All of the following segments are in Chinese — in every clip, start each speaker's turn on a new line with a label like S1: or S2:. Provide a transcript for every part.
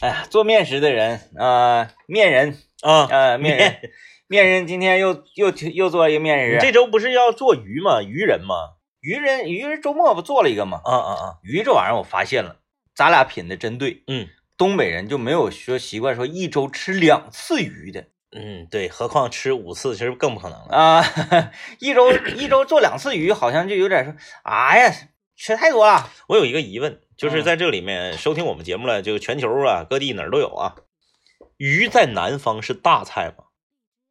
S1: 哎呀，做面食的人，呃，面人，
S2: 啊，
S1: 呃，面人，面人今天又又又做了一个面
S2: 你
S1: 食。啊
S2: 这周不是要做鱼吗？鱼人吗？
S1: 鱼人鱼人周末不做了一个吗？
S2: 啊啊啊！
S1: 鱼这玩意儿我发现了，咱俩品的真对。
S2: 嗯
S1: 东北人就没有说习惯说一周吃两次鱼的
S2: 嗯，对，何况吃五次，其实更不可能了。
S1: 啊、 一周一周做两次鱼，好像就有点说，哎呀，吃太多了。
S2: 我有一个疑问，就是
S1: 嗯
S2: 在这里面收听我们节目了，就全球啊，各地哪儿都有啊。鱼在南方是大菜吗？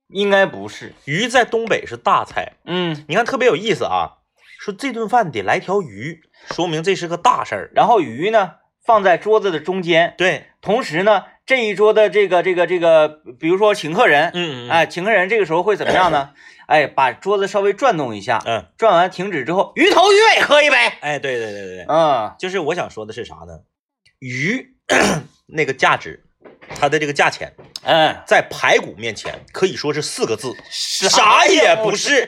S1: 应该不是，
S2: 鱼在东北是大菜。
S1: 嗯。
S2: 你看特别有意思啊，说这顿饭得来条鱼，说明这是个大事儿。
S1: 然后鱼呢放在桌子的中间，
S2: 对，
S1: 同时呢这一桌的这个这个这个，比如说请客人，
S2: 嗯嗯，
S1: 哎，请客人这个时候会怎么样 呢？哎，把桌子稍微转动一下，
S2: 嗯，
S1: 转完停止之后，鱼头鱼尾喝一杯。
S2: 哎，对对对对对，
S1: 嗯
S2: 就是我想说的是啥呢？鱼 那个价值，它的这个价钱，
S1: 嗯，
S2: 在排骨面前可以说是四个字，
S1: 啥
S2: 也
S1: 也
S2: 不
S1: 不
S2: 是。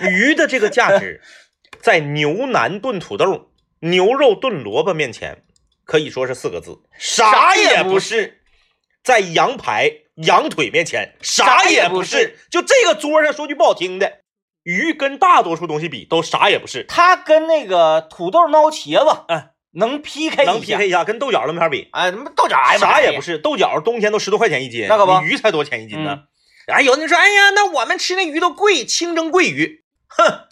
S2: 鱼的这个价 值，在牛腩炖土豆、牛肉炖萝卜面前，可以说是四个字，啥也不是。在羊排、羊腿面前，啥也不
S1: 啥也
S2: 是。就这个桌上，说句不好听的，鱼跟大多数东西比，都啥也不是。
S1: 它跟那个土豆孬茄子，
S2: 嗯，
S1: 能 PK
S2: 能
S1: 一下
S2: PK 一下，跟豆角都没法比。
S1: 哎，他妈豆角哎
S2: 啥也不
S1: 是，
S2: 是，豆角冬天都十多块钱一斤，
S1: 那可不嗯
S2: 你鱼才多钱一斤呢。哎，有人说，哎呀，那我们吃那鱼都贵，清蒸桂鱼，哼，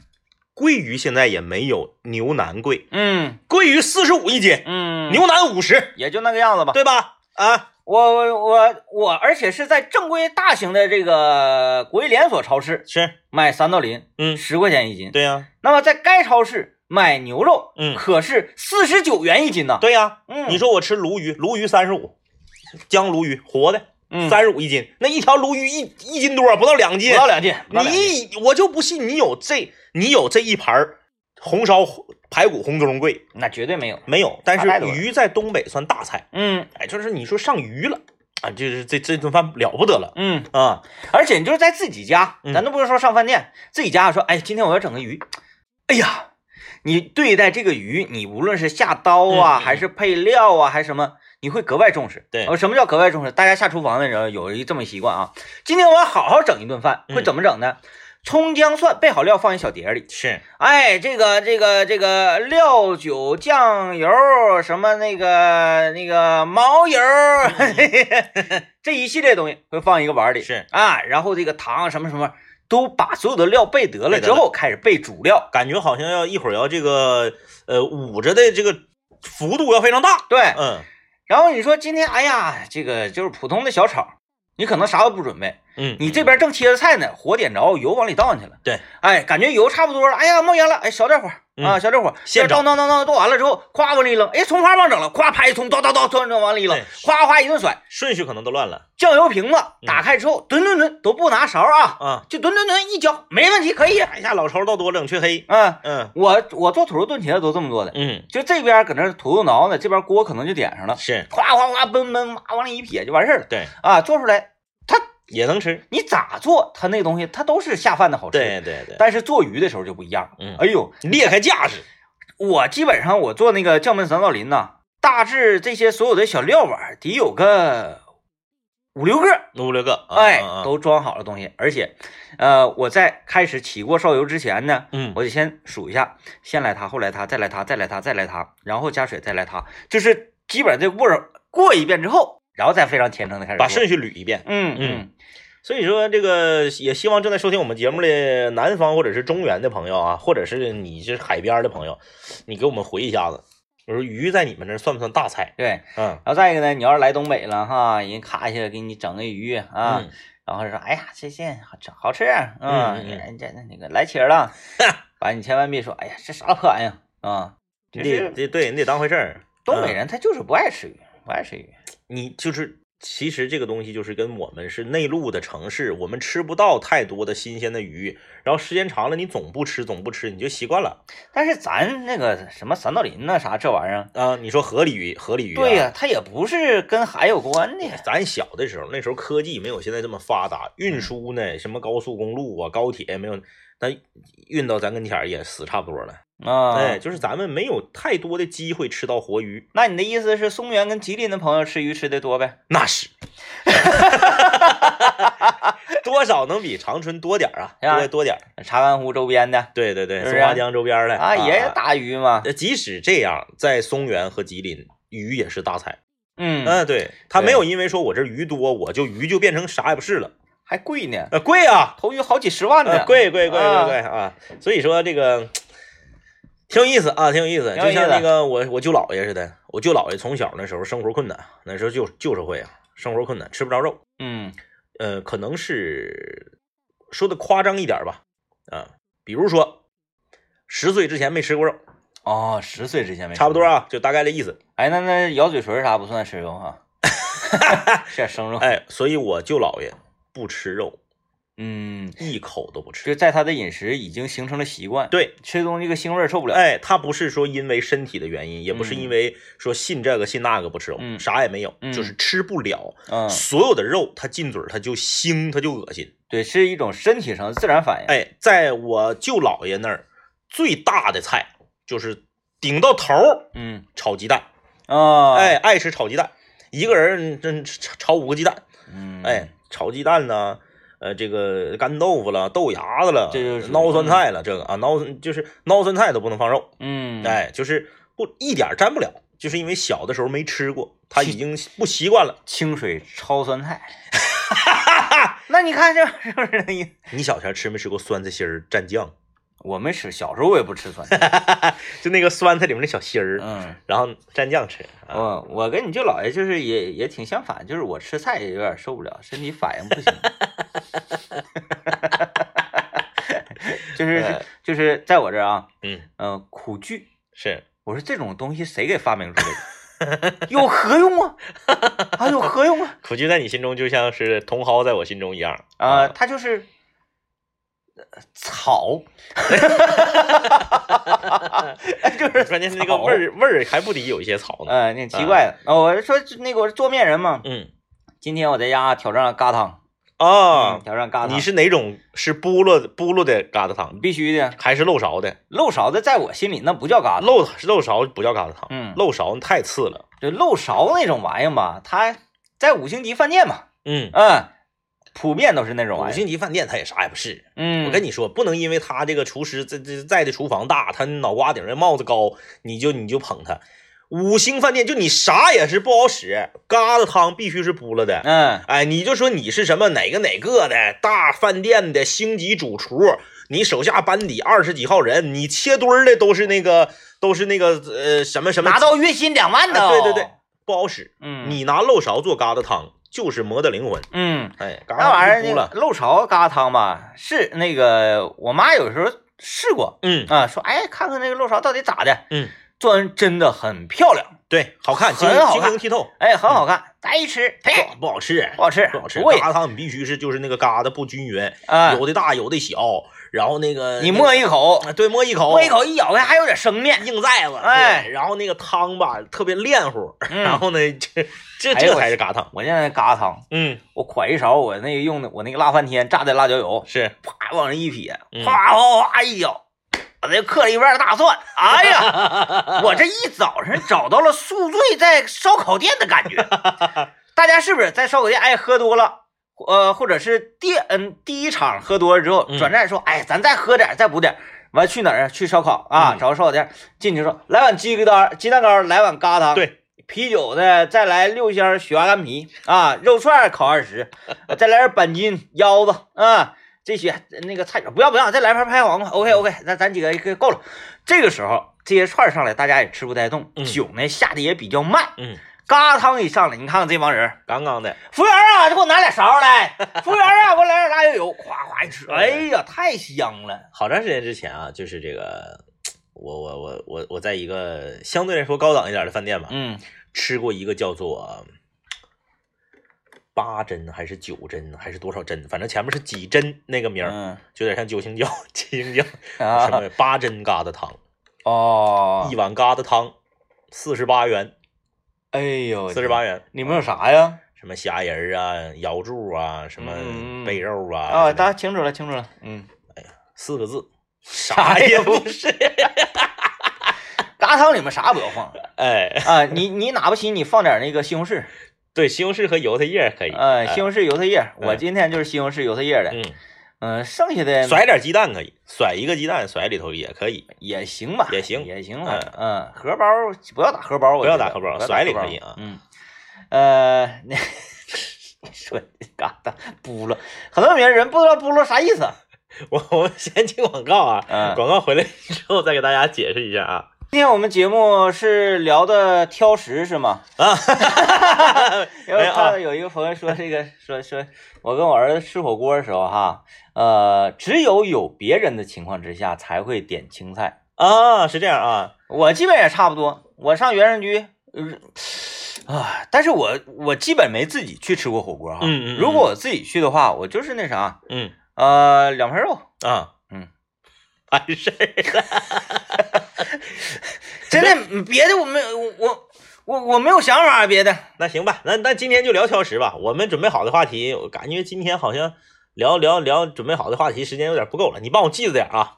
S2: 桂鱼现在也没有牛腩贵，
S1: 嗯
S2: 桂鱼四十五一斤，
S1: 嗯，
S2: 牛腩五十，
S1: 也就那个样子吧。
S2: 对吧？啊，
S1: 我我我我，而且是在正规大型的这个国际连锁超市
S2: 是，
S1: 买三道鳞，
S2: 嗯
S1: 十块钱一斤。
S2: 对呀、
S1: 那么在该超市买牛肉，
S2: 嗯
S1: 可是四十九元一斤呢。
S2: 对呀、
S1: 嗯，
S2: 你说我吃鲈鱼，鲈鱼三十五，江鲈鱼活的
S1: 嗯
S2: 三十五一斤，那一条鲈鱼一一斤多，不到两斤
S1: 不，到两斤，不到两斤
S2: 你我就不信你有这，你有这一盘儿红烧排骨红中贵。
S1: 那绝对没有。
S2: 没有，但
S1: 太多
S2: 是
S1: 了
S2: 鱼在东北算大菜，
S1: 嗯
S2: 哎，就是你说上鱼了啊，就是这这顿饭了不得了
S1: 嗯，
S2: 啊，
S1: 而且你就是在自己家，
S2: 嗯
S1: 咱都不是说上饭店，自己家说，哎，今天我要整个鱼，哎呀。你对待这个鱼，你无论是下刀啊，
S2: 嗯嗯
S1: 还是配料啊，还是什么，你会格外重视。
S2: 对
S1: 呃什么叫格外重视？大家下厨房的人有一这么习惯啊。今天我要好好整一顿饭，
S2: 嗯
S1: 会怎么整呢？葱姜蒜备好料，放一小碟儿里。
S2: 是，
S1: 哎，这个这个这个料酒、酱油什么那个那个毛油， 这一系列东西会放一个碗儿里。
S2: 嗯是
S1: 啊，然后这个糖什么什么都把所有的料备得了
S2: 备得
S1: 之后，开始备主料。
S2: 感觉好像要一会儿要这个呃捂着的这个幅度要非常大，
S1: 对，
S2: 嗯
S1: 然后你说今天哎呀，这个就是普通的小炒，你可能啥都不准备，
S2: 嗯，
S1: 你这边正切着菜呢，火点着，油往里倒进去了。
S2: 对，
S1: 哎，感觉油差不多了，哎呀，冒烟了，哎，小点火啊，
S2: 嗯
S1: 小点火，
S2: 现
S1: 倒
S2: 整
S1: 倒倒倒倒完了之后，咵往里一扔，哎，葱花忘整了，咵拍一葱，倒倒倒，端着往里一扔
S2: 对，
S1: 咵咵一顿甩，
S2: 顺序可能都乱了
S1: 酱油瓶子
S2: 嗯
S1: 打开之后，吨吨吨都不拿勺啊，
S2: 啊，
S1: 就吨吨吨一浇，没问题，可以。
S2: 哎呀，老抽倒多了，冷却黑，
S1: 嗯，
S2: 嗯
S1: 我我做土豆炖茄子都这么做的，
S2: 嗯
S1: 就这边搁那土豆挠呢，这边锅可能就点上了，
S2: 是，
S1: 哗哗哗奔奔哇往里一撇就完事儿了
S2: 对，
S1: 啊，做出来
S2: 也能吃，
S1: 你咋做，它那东西它都是下饭的好吃。
S2: 对对对，
S1: 但是做鱼的时候就不一样了。
S2: 嗯
S1: 哎呦，
S2: 裂开架势，
S1: 我基本上我做那个酱焖三道鳞呐，大致这些所有的小料碗儿得有个五六个，
S2: 五六个，
S1: 哎，
S2: 都
S1: 都装好了东西。而且，呃，我在开始起锅烧油之前呢，
S2: 嗯
S1: 我得先数一下，先来它，后来它，再来它，再来它，再来它，然后加水，再来它，就是基本上这个过程过一遍之后，然后再非常虔诚的开始
S2: 把
S1: 做
S2: 顺序捋一遍。
S1: 嗯
S2: 嗯所以说，这个也希望正在收听我们节目的南方或者是中原的朋友啊，或者是你是海边的朋友，你给我们回一下子，我说鱼在你们那儿算不算大菜？
S1: 对。
S2: 嗯
S1: 然后再一个呢，你要是来东北了哈，人咔一下给你整个鱼啊，
S2: 嗯
S1: 然后说哎呀这这好吃好吃，啊
S2: 嗯嗯
S1: 人家那个来气儿了， 完你千万别说哎呀这啥破玩意儿啊，就
S2: 你得
S1: 是
S2: 得对你得当回事儿。嗯
S1: 东北人他就是不爱吃鱼，不爱吃鱼，
S2: 你就是其实这个东西就是跟我们是内陆的城市，我们吃不到太多的新鲜的鱼，然后时间长了你总不吃总不吃，你就习惯了
S1: 但是咱那个什么三道鳞呐啥这玩意儿，
S2: 啊。你说河里鱼，河里鱼、啊
S1: 对呀、、它也不是跟海有关的，
S2: 咱小的
S1: 嗯
S2: 时候，那时候科技没有现在这么发达，运输呢，什么高速公路啊、高铁没有，那运到咱跟前儿也死差不多了。
S1: 啊，
S2: 哎，，就是咱们没有太多的机会吃到活鱼，
S1: 那你的意思是松原跟吉林的朋友吃鱼吃的多呗？
S2: 那 是，多少能比长春多点儿
S1: 是吧
S2: 啊，多多点儿。
S1: 茶干湖周边的
S2: 对对对，
S1: 是不
S2: 松
S1: 是
S2: 花江周边儿的
S1: 啊，也
S2: 啊
S1: 打鱼嘛。
S2: 呃即使这样，在松原和吉林，鱼也是大菜。
S1: 嗯，
S2: 嗯，对，他
S1: 对
S2: 没有因为说我这鱼多，我就鱼就变成啥也不是了。
S1: 还贵呢，
S2: 呃，贵啊，
S1: 头鱼好几十万呢
S2: 呃，。 贵贵贵
S1: 啊
S2: 贵贵啊！所以说这个挺有意思啊，挺有意思。
S1: 挺有
S2: 就
S1: 意思
S2: 像那个我我舅姥爷似的，我舅姥爷从小那时候生活困难，那时候旧旧社会啊，生活困难，吃不着肉。
S1: 嗯
S2: 呃，可能是说的夸张一点吧，啊，比如说十岁之前没吃过肉，
S1: 哦，十岁之前没吃
S2: 差不多。啊，就大概这意思。
S1: 哎，那那咬嘴唇啥不算吃肉 哈，这生肉。
S2: 哎，所以我舅姥爷不吃肉，
S1: 嗯，
S2: 一口都不吃。
S1: 就在他的饮食已经形成了习惯，
S2: 对，
S1: 吃东西这个腥味儿受不了。
S2: 哎，他不是说因为身体的原因，也不是因为说信这个信那个不吃肉，
S1: 嗯
S2: 啥也没有，
S1: 嗯
S2: 就是吃不了。
S1: 嗯，
S2: 所有的肉它进嘴儿它就腥，它就恶心。
S1: 对，是一种身体上的自然反应。
S2: 哎，在我舅姥爷那儿，最大的菜就是顶到头儿
S1: 嗯
S2: 炒鸡蛋，
S1: 啊，
S2: 哎，，爱吃炒鸡蛋，一个人真炒炒五个鸡蛋，
S1: 嗯，
S2: 哎，，炒鸡蛋呢，呃，这个干豆腐了，豆芽子了，
S1: 这就是
S2: 孬酸菜了，这个啊，孬就是孬酸菜都不能放肉，
S1: 嗯，，
S2: 哎，就是不一点儿沾不了，就是因为小的时候没吃过，他已经不习惯了。
S1: 清水焯酸 菜。那你看这是不是那意思？
S2: 你小前儿吃没吃过酸菜心儿蘸酱？
S1: 我没吃，小时候我也不吃酸 菜。
S2: 就那个酸菜里面那小心儿，
S1: 嗯，
S2: 然后蘸酱吃啊。
S1: 我我跟你舅姥爷就是也也挺相反，就是我吃菜也有点受不了，身体反应不 行。就是
S2: 呃
S1: 就是在我这儿啊，
S2: 嗯，
S1: 嗯、苦苣，
S2: 是
S1: 我说这种东西谁给发明出来 的？有何用啊？啊，有何用啊？
S2: 苦苣在你心中就像是茼蒿在我心中一样
S1: 啊、它就是呃草， 就是
S2: 关键是那个味儿味儿还不敌有一些草呢。
S1: 呃，那奇怪的。
S2: 啊
S1: 哦，我说那个我是做面人嘛，
S2: 嗯
S1: 今天我在家挑战了疙汤
S2: 啊
S1: 嗯，挑战疙汤，
S2: 你是哪种？是菠萝菠萝的疙瘩汤，
S1: 必须的。
S2: 还是漏勺的？
S1: 漏勺子在我心里那不叫疙瘩，
S2: 漏漏勺不叫疙瘩汤，
S1: 嗯
S2: 漏勺太次了。
S1: 就漏勺那种玩意儿吧，它在五星级饭店嘛，
S2: 嗯，
S1: 嗯，普遍都是那种玩
S2: 五
S1: 意儿。
S2: 星级饭店它也啥也不是。
S1: 嗯，
S2: 我跟你说，不能因为他这个厨师在在在的厨房大，他脑瓜顶儿的帽子高，你就你就捧他。五星饭店就你啥也是不好使，疙瘩汤必须是补了的。
S1: 嗯，
S2: 哎，你就说你是什么哪个哪个的大饭店的星级主厨，你手下班底二十几号人，你切墩儿的都是那个都是那个呃什么什么，
S1: 拿到月薪两万的、
S2: 啊对对对，不好使。
S1: 嗯，
S2: 你拿漏勺做疙瘩汤就是磨的灵魂。
S1: 嗯，
S2: 哎，
S1: 那玩意儿
S2: 疙瘩不
S1: 那
S2: 了。
S1: 个漏勺疙瘩汤吧，是那个我妈有时候试过
S2: 嗯，
S1: 啊，说哎看看那个漏勺到底咋的，
S2: 嗯，
S1: 做完真的很漂亮，
S2: 对，好看，晶
S1: 很
S2: 莹
S1: 好
S2: 晶
S1: 看
S2: 莹剔透。
S1: 哎很好看，咱一吃
S2: 不
S1: 呸
S2: 好不好吃，
S1: 不好吃，
S2: 嗯不好吃。
S1: 过瘾
S2: 疙瘩汤你必须是就是那个疙瘩不均匀，
S1: 啊，
S2: 有的大有的小，然后那个
S1: 你摸
S2: 一
S1: 一口，
S2: 对摸一口，
S1: 摸一口一咬开还有点生面，
S2: 硬寨子，
S1: 哎
S2: 对然后那个汤吧特别炼乎，
S1: 嗯
S2: 然后呢这 这
S1: 哎呦
S2: 这才是疙瘩汤。
S1: 我现在疙瘩汤，
S2: 嗯，
S1: 我㧟一勺我那个用的我那个辣翻天炸的辣椒油，
S2: 是
S1: 啪往上一撇，
S2: 嗯
S1: 哗哗哗一搅，我这嗑了一半大蒜，哎呀，我这一早上找到了宿醉在烧烤店的感 觉。大家是不是在烧烤店哎喝多了，呃，或者是第嗯第一场喝多了之后
S2: 嗯
S1: 转战说，哎，咱再喝点儿，再补点儿。完去哪儿啊？去烧烤啊，
S2: 嗯
S1: 找个烧烤店进去说，来碗鸡疙瘩，鸡蛋糕，来碗疙瘩，
S2: 对，
S1: 啤酒的再来六箱雪花干啤 啊，肉串儿烤二十，呃再来点板筋、腰子啊，这些那个菜不要不要，再来盘拍黄瓜。OK
S2: 嗯
S1: OK，咱咱几个可以够了。这个时候这些串儿上来，大家也吃不太动，
S2: 嗯
S1: 酒呢下的也比较慢，
S2: 嗯，
S1: 嘎汤一上来，你看看这帮人，
S2: 杠杠的，
S1: 服务员啊，就给我拿俩勺 来，服务员啊，给我来点辣椒油，夸夸一吃，哎呀，太香了。
S2: 好长时间之前啊，就是这个。我我我我我在一个相对来说高档一点的饭店吧，
S1: 嗯
S2: 吃过一个叫做八珍还是九珍还是多少珍，反正前面是几珍那个名儿，
S1: 嗯
S2: 就有点像九星椒、 七星椒什
S1: 啊
S2: 么八珍疙瘩汤，
S1: 哦
S2: 一，碗疙瘩汤四十八元，
S1: 哎呦，
S2: 四十八元，
S1: 里面有啥呀？
S2: 什么虾仁儿啊、瑶柱啊、什么
S1: 嗯嗯嗯
S2: 贝肉啊，
S1: 啊，
S2: 什么
S1: 大家清楚了，清楚了。嗯，
S2: 四个字，
S1: 啥
S2: 啥
S1: 也
S2: 也
S1: 不
S2: 不是。
S1: 疙汤里面啥不要放
S2: 哎，
S1: 啊！你你哪不行，你放点那个西红柿，
S2: 对，西红柿和犹太叶可以。
S1: 呃，
S2: 哎
S1: 西红柿、油菜叶。
S2: 嗯
S1: 我今天就是西红柿、油菜叶的，
S2: 嗯，
S1: 嗯，剩下的
S2: 甩点鸡蛋可以，甩一个鸡蛋甩里头也可以，
S1: 也行吧，
S2: 也行
S1: 也行吧。嗯，荷包不要打荷包，我
S2: 不要
S1: 觉得
S2: 打荷包
S1: 不要打
S2: 甩里
S1: 荷包
S2: 可以啊
S1: 嗯，呃， 那说你嘎达布了，很多名人不知道布了啥意思。
S2: 我我们先进广告啊，
S1: 嗯
S2: 广告回来之后再给大家解释一下啊
S1: 今天我们节目是聊的挑食是吗？
S2: 啊，
S1: 因为
S2: 没
S1: 我
S2: 有啊
S1: 看到有一个朋友说这个，说说我跟我儿子吃火锅的时候哈，呃，只有有别人的情况之下才会点青菜。
S2: 啊是这样啊，
S1: 我基本也差不多，我上原生居，呃啊，但是我我基本没自己去吃过火锅哈。
S2: 嗯嗯嗯
S1: 如果我自己去的话，我就是那啥，
S2: 嗯
S1: 呃，两盘肉，
S2: 啊
S1: 嗯，
S2: 完事儿了，
S1: 真的别的我没有，我我我我没有想法啊别的。
S2: 那行吧，那那今天就聊挑食吧，我们准备好的话题，我感觉今天好像聊聊聊准备好的话题时间有点不够了，你帮我记着点啊，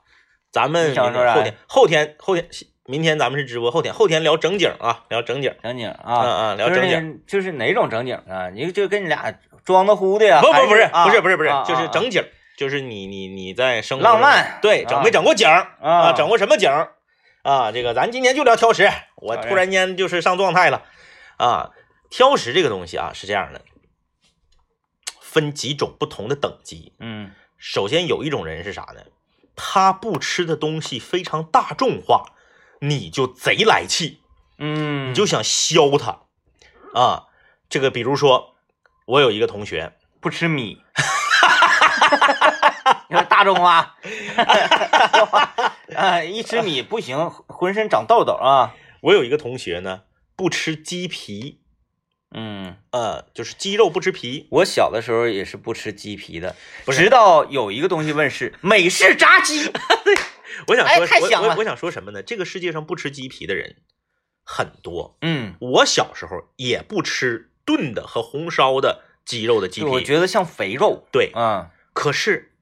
S2: 咱们
S1: 你想说啥
S2: 后天后天后天明天咱们是直播，后天后天聊整景啊，聊整景，
S1: 整景
S2: 嗯
S1: 啊，
S2: 嗯，聊整景。
S1: 景就是哪种整景啊？你就跟你俩装的呼的呀？
S2: 不
S1: 还
S2: 不不是
S1: 啊
S2: 不是不是不是
S1: 啊，
S2: 就是
S1: 啊
S2: 整景儿，就是你你你在生活
S1: 浪
S2: 中
S1: 漫
S2: 对，整没整过景儿
S1: 啊
S2: 啊？整过什么景儿啊？这个咱今天就聊挑食，我
S1: 好嘞
S2: 突然间就是上状态了啊！挑食这个东西啊是这样的，分几种不同的等级。
S1: 嗯
S2: 首先有一种人是啥呢？他不吃的东西非常大众化，你就贼来气。
S1: 嗯，
S2: 你就想削他啊。这个比如说，我有一个同学，
S1: 不吃米。 你说大众 化，大众化啊，一吃米不行，浑身长痘痘啊。
S2: 我有一个同学呢，不吃鸡皮，
S1: 嗯，
S2: 呃，就是鸡肉不吃皮。
S1: 我小的时候也是不吃鸡皮的，
S2: 不是
S1: 直到有一个东西问世，美式炸 鸡。
S2: 我想
S1: 哎
S2: 说，
S1: 太香
S2: 我
S1: 了
S2: 我我想说什么呢？这个世界上不吃鸡皮的人很多。
S1: 嗯，
S2: 我小时候也不吃炖的和红烧的鸡肉的鸡
S1: 就
S2: 皮，
S1: 我觉得像肥肉。
S2: 对。
S1: 嗯，
S2: 可是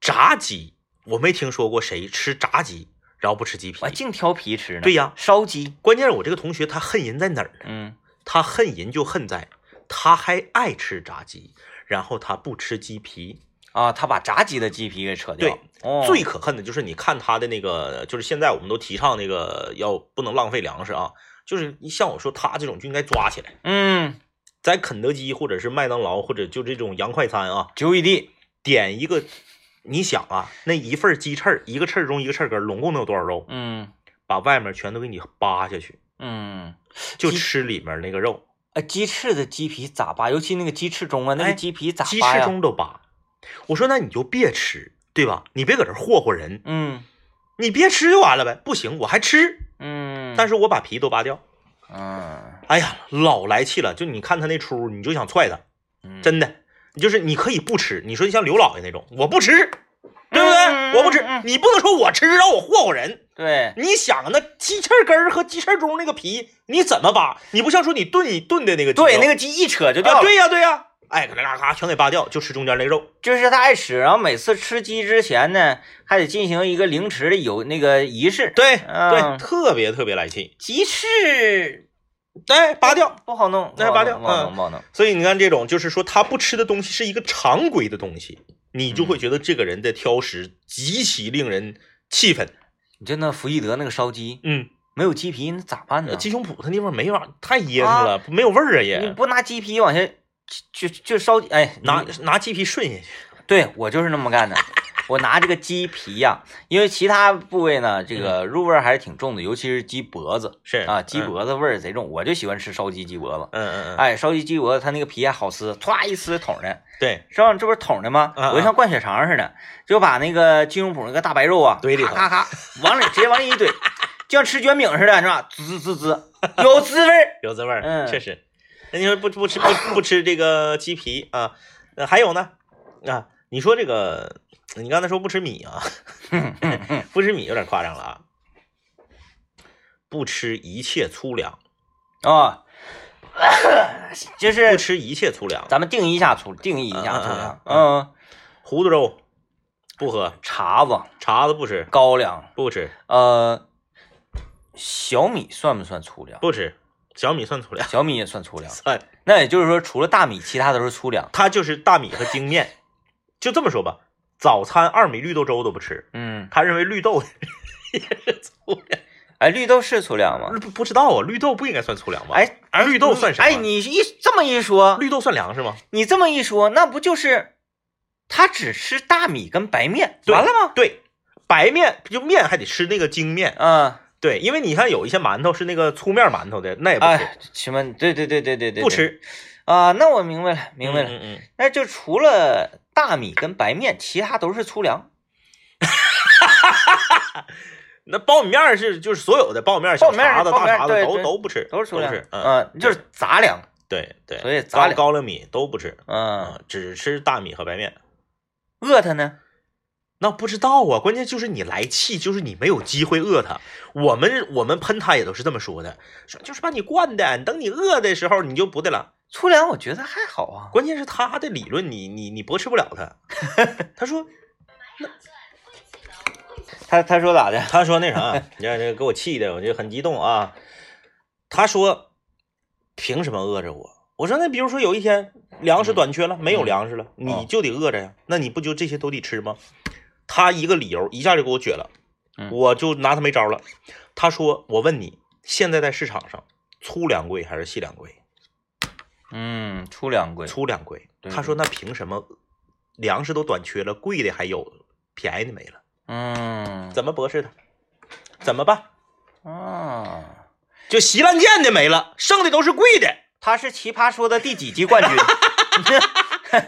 S2: 炸鸡，我没听说过谁吃炸鸡然后不吃鸡皮
S1: 我。净挑皮吃呢。
S2: 对呀
S1: 烧鸡。
S2: 关键是我这个同学他恨人在哪儿呢？
S1: 嗯，
S2: 他恨人就恨在，他还爱吃炸鸡，然后他不吃鸡皮。
S1: 啊，他把炸鸡的鸡皮给扯掉。哦
S2: 最可恨的就是你看他的那个，就是现在我们都提倡那个要不能浪费粮食啊，就是你像我说他这种就应该抓起来，
S1: 嗯，
S2: 在肯德基或者是麦当劳或者就这种洋快餐啊，
S1: 九一地。
S2: 点一个，你想啊，那一份鸡翅儿，一个翅儿中一个翅儿根儿，拢共能有多少肉？
S1: 嗯
S2: 把外面全都给你扒下去，
S1: 嗯。
S2: 就
S1: 鸡
S2: 吃里面那个肉，
S1: 啊，鸡翅的鸡皮咋扒？尤其那个鸡翅中啊，那
S2: 哎
S1: 个鸡皮咋
S2: 鸡
S1: 扒
S2: 翅
S1: 呀？
S2: 中都扒。我说那你就别吃，对吧？你别搁这儿霍霍人。
S1: 嗯
S2: 你别吃就完了呗。不行，我还吃，
S1: 嗯，
S2: 但
S1: 是
S2: 是我把皮都扒掉。
S1: 嗯
S2: 哎呀，老来气了，就你看他那出，你就想踹他，
S1: 嗯
S2: 真的。就是你可以不吃，你说像刘老爷那种，我不吃，对不对？
S1: 嗯嗯
S2: 我不吃
S1: 嗯，
S2: 你不能说我吃让我霍霍人。
S1: 对，
S2: 你想啊那鸡翅根儿和鸡翅中那个皮，你怎么扒？你不像说你炖一炖的那个鸡肉，
S1: 对那个鸡一扯就掉了，
S2: 啊，对呀、对呀、哎，搁那嘎嘎全给扒掉，就吃中间那肉。
S1: 就是他爱吃，然后每次吃鸡之前呢，还得进行一个凌迟的有那个仪式。
S2: 对
S1: 嗯
S2: 对，特别特别来气。
S1: 鸡翅
S2: 哎，扒掉，
S1: 不好弄，
S2: 那
S1: 不好
S2: 扒掉
S1: 弄不好
S2: 嗯
S1: 弄，不好弄。
S2: 所以你看，这种就是说他不吃的东西是一个常规的东西，你就会觉得这个人的挑食极其令人气愤。
S1: 你就那福义德那个烧鸡
S2: 嗯，
S1: 没有鸡皮，那咋办呢？
S2: 呃鸡胸脯它那味儿没法，太噎挺了，没有味儿啊
S1: 你
S2: 也。
S1: 不拿鸡皮往下就就就烧鸡，哎，
S2: 拿
S1: 你
S2: 拿鸡皮顺下去，
S1: 对我就是那么干的。我拿这个鸡皮呀、因为其他部位呢，这个入味儿还是挺重的，尤其是鸡脖子
S2: 是
S1: 啊，鸡。
S2: 嗯
S1: 脖子味儿贼重。我就喜欢吃烧鸡鸡脖子，
S2: 嗯嗯嗯，
S1: 哎，烧鸡鸡脖子它那个皮还好撕，歘一撕捅的，
S2: 对，
S1: 是吧？这不是捅的吗？
S2: 嗯嗯
S1: 我就像灌血肠似的，就把那个鸡胸脯那个大白肉啊，
S2: 堆里头
S1: 咔咔咔往里直接往里一怼，就像吃卷饼似的，是吧？滋滋滋，有滋味儿。
S2: 有滋味儿，
S1: 嗯
S2: 确实。那你说不不吃不不吃这个鸡皮啊？呃，还有呢啊，你说这个，你刚才说不吃米 啊，不吃米有点夸张了啊，不吃一切粗粮。
S1: 啊、 就
S2: 不
S1: 是
S2: 吃一切粗粮，
S1: 啊咱们定义一下粗，定义一下粗粮，
S2: 嗯
S1: 嗯，
S2: 糊涂肉、不喝
S1: 碴子、
S2: 碴子不吃，
S1: 高粱，
S2: 不吃
S1: 呃，小米算不算粗粮？
S2: 不吃，小米算粗粮，
S1: 小米也算粗粮。
S2: 算
S1: 那也就是说，除了大米，其他都是粗粮。
S2: 它就是大米和精面，就这么说吧。早餐二米绿豆粥都不吃，
S1: 嗯，
S2: 他认为绿豆
S1: 哎，绿豆是粗粮吗？
S2: 不不知道啊，绿豆不应该算粗粮吗？，
S1: 哎，哎
S2: 绿豆
S1: 你
S2: 算什么啊
S1: 哎，你一这么一说，
S2: 绿豆算粮食吗？
S1: 你这么一说，那不就是他只吃大米跟白面，
S2: 对
S1: 完了吗？
S2: 对，白面就面还得吃那个精面，
S1: 嗯，
S2: 对，因为你看有一些馒头是那个粗面馒头的，那也不吃，
S1: 哎，请问，对对对对对对，
S2: 不吃，
S1: 啊、那我明白了，明白了。
S2: 嗯嗯
S1: 那就除了大米跟白面，其他都是粗粮。
S2: 嗯那苞米面儿是就是所有的苞米面儿、小
S1: 苞米面儿
S2: 碴子、
S1: 苞米
S2: 大
S1: 面儿
S2: 碴子
S1: 对
S2: 都
S1: 对
S2: 都不吃，
S1: 都是粗粮，
S2: 嗯、呃，
S1: 嗯，就是杂粮，
S2: 对对，
S1: 所以杂
S2: 高
S1: 粮
S2: 高粱米都不吃，
S1: 嗯，
S2: 啊，只吃大米和白面。
S1: 饿它呢，
S2: 那不知道啊，关键就是你来气，就是你没有机会饿他。我们我们喷他也都是这么说的，说就是把你惯的，等你饿的时候你就不对了。
S1: 粗粮我觉得还好啊。
S2: 关键是他的理论你，你你驳斥不了他。 他说
S1: 他他说咋的？
S2: 他说那 啥，你看这给我气的，我就很激动啊。他说凭什么饿着我？我说那比如说有一天粮食短缺
S1: 嗯
S2: 了，没有粮食了，
S1: 哦
S2: 你就得饿着呀。那你不就这些都得吃吗？他一个理由一下就给我撅了，
S1: 嗯
S2: 我就拿他没招了。他说我问你，现在在市场上粗粮贵还是细粮贵？
S1: 嗯，粗粮贵。
S2: 粗粮贵。
S1: 对
S2: 他说那凭什么粮食都短缺了，贵的还有，便宜的没了？
S1: 嗯
S2: 怎么驳斥他？怎么办？
S1: 啊，
S2: 就稀烂贱的没了，剩的都是贵的。
S1: 他是奇葩说的第几季冠军？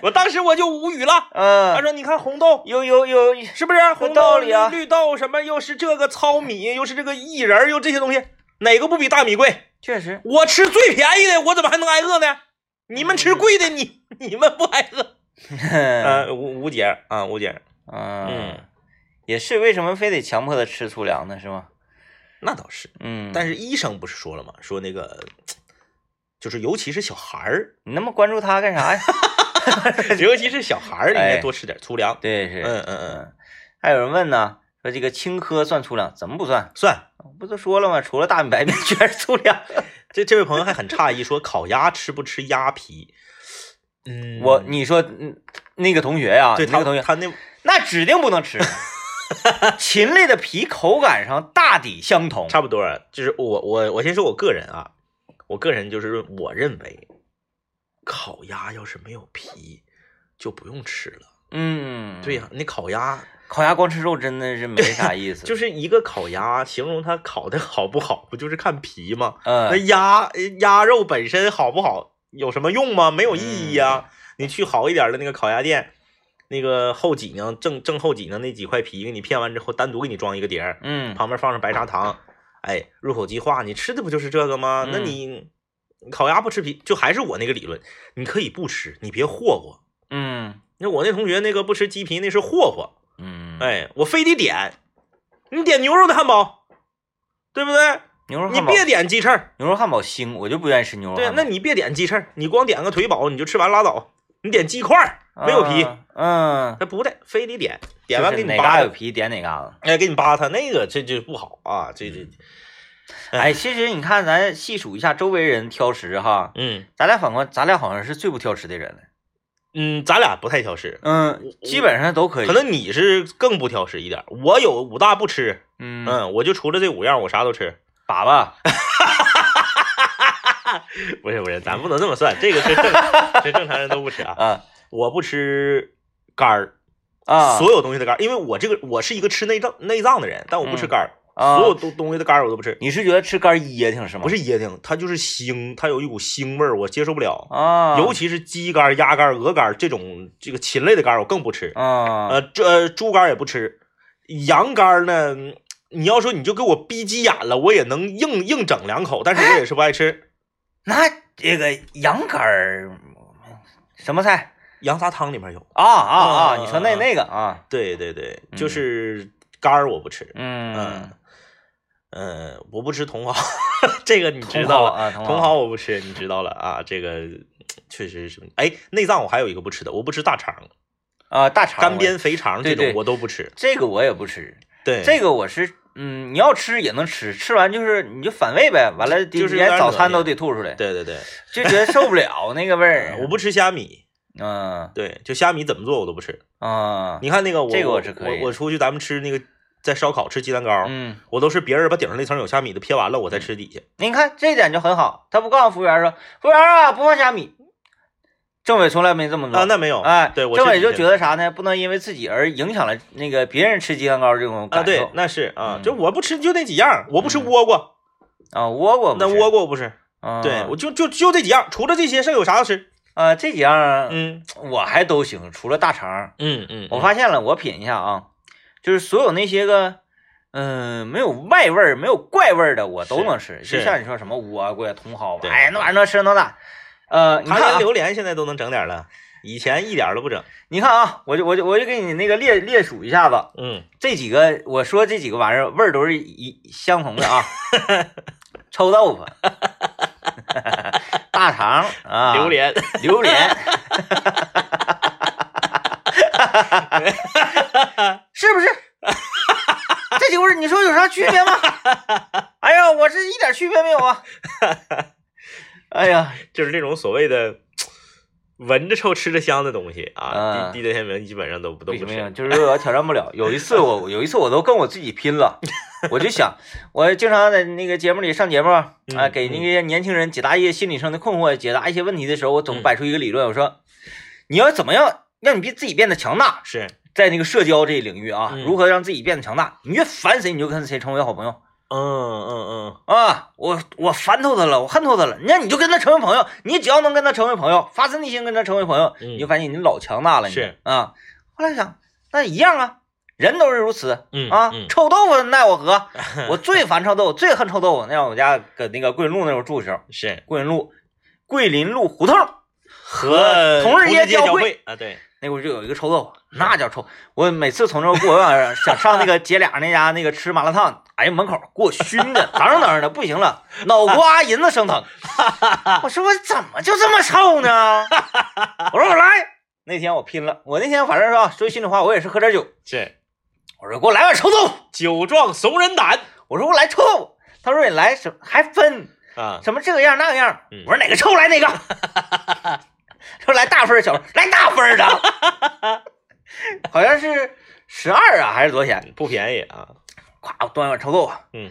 S2: 我当时我就无语了。他
S1: 嗯，
S2: 说：“你看红豆
S1: 有有有，
S2: 是不是红豆、
S1: 道理啊
S2: 绿绿豆什么，又是这个糙米，又是这个薏仁儿，又这些东西，哪个不比大米贵？
S1: 确实，
S2: 我吃最便宜的，我怎么还能挨饿呢？你们吃贵的，你你们不挨饿？
S1: 嗯
S2: 呃，无无解儿啊，无解儿。嗯
S1: 嗯，也是为什么非得强迫他吃粗粮呢？是吗？
S2: 那倒是，
S1: 嗯，
S2: 但是医生不是说了吗？说那个。”就是，尤其是小孩儿，
S1: 你那么关注他干啥呀？
S2: 尤其是小孩儿，应该多吃点粗 粮。
S1: 对，是，
S2: 嗯哎嗯嗯，
S1: 嗯，还有人问呢，说这个青稞算粗粮？怎么不算？
S2: 算
S1: 不都说了吗？除了大米白面全是粗粮。
S2: 这这位朋友还很诧异，说烤鸭吃不吃鸭皮？嗯，
S1: 我你说嗯那个同学呀、
S2: 对
S1: 那
S2: 他
S1: 个同学，
S2: 他那
S1: 那指定不能 吃。啊禽类的皮口感上大抵相同，
S2: 差不多啊，就是我我我先说我个人啊，我个人就是我认为，烤鸭要是没有皮就不用吃了。
S1: 嗯，
S2: 对呀、那烤鸭
S1: 烤鸭光吃肉真的是没啥意思，
S2: 就是是一个烤鸭，形容它烤的好不好，不就是看皮吗？那
S1: 嗯，
S2: 鸭呃鸭肉本身好不好有什么用吗？没有意义呀、
S1: 嗯
S2: 你去好一点的那个烤鸭店，那个后脊呢，正正后脊呢那几块皮给你片完之后，单独给你装一个碟儿，
S1: 嗯，
S2: 旁边放上白砂糖，哎，入口即化。你吃的不就是这个吗？那
S1: 嗯
S2: 你烤鸭不吃皮，就还是我那个理论，你可以不吃，你别霍霍。
S1: 嗯
S2: 那我那同学那个不吃鸡皮，那是霍霍。
S1: 嗯，，
S2: 哎，我非得点，你点牛肉的汉堡，对不对？
S1: 牛肉
S2: 你
S1: 汉堡，
S2: 别点鸡翅儿。
S1: 牛肉汉堡腥，我就不愿意吃牛肉
S2: 对啊
S1: 汉，堡。
S2: 那你别点鸡翅儿，你光点个腿堡你就吃完拉倒。你点鸡块儿没有皮，
S1: 啊，嗯，
S2: 那不对，非得点，点
S1: 就是
S2: 完给你
S1: 哪嘎
S2: 扒
S1: 有
S2: 它，
S1: 皮点哪嘎子。
S2: 哎，给你扒它，那个这就不好啊，这这，
S1: 哎，其实你看，咱细数一下周围人挑食哈，
S2: 嗯
S1: 咱俩反观，咱俩好像是最不挑食的人了。
S2: 嗯，咱俩不太挑食，
S1: 嗯，基本上都可以。
S2: 可能你是更不挑食一点儿。我有五大不吃，
S1: 嗯，
S2: 嗯，我就除了这五样，我啥都吃。
S1: 粑粑，
S2: 不是不是，咱不能这么算，这个 是正，是正常人都不吃啊。
S1: 啊
S2: 我不吃肝儿，
S1: 啊，
S2: 所有东西的肝儿，因为我这个我是一个吃内脏内脏的人，但我不吃
S1: 嗯
S2: 肝儿，
S1: 啊
S2: 所有东东西的肝儿我都不吃。
S1: 你是觉得吃肝噎挺是吗？
S2: 不是噎挺，它就是腥，它有一股腥味儿，我接受不了。
S1: 啊，
S2: 尤其是鸡肝、鸭肝、鹅肝这种这个禽类的肝，我更不吃。
S1: 啊，
S2: 呃，这呃猪肝也不吃，羊肝呢，嗯你要说你就给我逼急眼了，我也能硬硬整两口，但是我也是不爱吃。
S1: 那这个羊肝儿什么菜
S2: 羊杂汤里面有，
S1: 啊啊啊？
S2: 啊
S1: 你说那
S2: 啊
S1: 那个啊，
S2: 对对对，
S1: 嗯
S2: 就是肝儿我不吃。
S1: 嗯，
S2: 嗯、呃，我不吃茼蒿， 这个你知
S1: 茼蒿
S2: 道了。
S1: 啊，
S2: 茼
S1: 茼蒿
S2: 蒿我不吃，你知道了啊？这个确实是。哎，内脏我还有一个不吃的，我不吃大肠。
S1: 啊、大肠
S2: 干
S1: 我
S2: 煸肥肠
S1: 对
S2: 这种
S1: 对
S2: 我都不吃。
S1: 这个我也不吃，
S2: 对，
S1: 这个我是嗯，你要吃也能吃，吃完就是你就反胃呗，完了
S2: 就是有
S1: 连
S2: 点
S1: 早
S2: 恶
S1: 餐
S2: 心
S1: 都得吐出来，
S2: 对对对，
S1: 就觉得受不了那个味儿。
S2: 我不吃虾米，
S1: 嗯
S2: 对，就虾米怎么做我都不吃。
S1: 啊，
S2: 你看那个我
S1: 这个我
S2: 我
S1: 是可以
S2: 我我出去咱们吃那个在烧烤吃鸡蛋糕，
S1: 嗯，
S2: 我都是别人把顶上那层有虾米的撇完了，我才吃底下。
S1: 您看这点就很好，他不告诉服务员说，服务员啊，不放虾米。政委从来没这么做
S2: 啊，那没有，
S1: 哎，
S2: 对我
S1: 政
S2: 是
S1: 委
S2: 理
S1: 就
S2: 解
S1: 觉得啥呢？不能因为自己而影响了那个别人吃鸡蛋糕这种
S2: 啊，
S1: 感受
S2: 对，那是啊
S1: 嗯，
S2: 就我不吃就那几样，我不吃
S1: 嗯
S2: 倭瓜，
S1: 啊。倭瓜不
S2: 那
S1: 是
S2: 倭瓜我不吃，嗯
S1: 啊，
S2: 对我就就就这几样，除了这些剩有啥吃？
S1: 啊这几样儿
S2: 嗯
S1: 我还都行，除了大肠，
S2: 嗯嗯，
S1: 我发现了，我品一下啊，就是所有那些个。嗯，没有外味儿，没有怪味儿的，我都能吃。
S2: 是
S1: 就像你说什么倭瓜、茼蒿，
S2: 对
S1: 哎呀，那玩意儿能吃能打。呃，你
S2: 唐
S1: 看、
S2: 人
S1: 啊，
S2: 榴莲现在都能整点了，以前一点都不整。
S1: 你看啊，我就我就我就给你那个列列数一下子，
S2: 嗯
S1: 这几个我说这几个玩意儿味儿都是一相同的 啊，臭豆腐、大肠啊、
S2: 榴、莲，
S1: 榴 莲，是不是？这几个味儿你说有啥区 别吗？哎呀，我是一点区别没有啊！哎呀，
S2: 就是这种所谓的闻着臭吃着香的东西
S1: 啊
S2: 啊，地地天明基本上都不都
S1: 不行
S2: 不
S1: 不
S2: 吃
S1: 行，。就是我挑战不了。有一次我有一次我都跟我自己拼了，我就想，我经常在那个节目里上节目啊、
S2: 嗯
S1: 给那些年轻人解答一些心理上的困惑，解答一些问题的时候，我总
S2: 嗯
S1: 摆出一个理论，我说，你要怎么样让你比自己变得强大，
S2: 是，
S1: 在那个社交这一领域啊，
S2: 嗯
S1: 如何让自己变得强大？你越烦谁，你就跟谁成为好朋友
S2: 嗯嗯
S1: 啊！我我烦透他了，我恨透他了，那你就跟他成为朋友，你只要能跟他成为朋友，发自内心跟他成为朋友，
S2: 嗯
S1: 你就发现你老强大了，你
S2: 是
S1: 啊。后来想，那一样啊，人都是如此
S2: 嗯嗯
S1: 啊。
S2: 嗯
S1: 臭豆腐奈我 何？我最烦臭豆腐，最恨臭豆腐。那我家搁那个桂林路那会儿住的时候，
S2: 是
S1: 桂林路桂林路胡同
S2: 和
S1: 同
S2: 同
S1: 日街交
S2: 交
S1: 汇
S2: 汇啊，对，
S1: 那会儿就有一个臭豆腐，那叫臭。我每次从这儿过，我想想上那个姐俩那家那个吃麻辣烫，哎呀，门口给我熏的，当当的，不行了，脑瓜银子生疼。我说我怎么就这么臭呢？我说我来。那天我拼了，我那天反正是啊，说心里话，我也是喝点酒。
S2: 是
S1: 我说给我来碗臭豆腐，
S2: 酒壮怂人胆
S1: 我说我来臭豆腐。他说你来什么还分
S2: 啊，
S1: 什么这个样那个样？
S2: 嗯
S1: 我说哪个臭来哪个， 说来大份儿小份儿来大份儿的， 好像是十二啊还是多少钱？
S2: 不便宜啊，
S1: 咵，我端一碗臭豆腐。
S2: 嗯，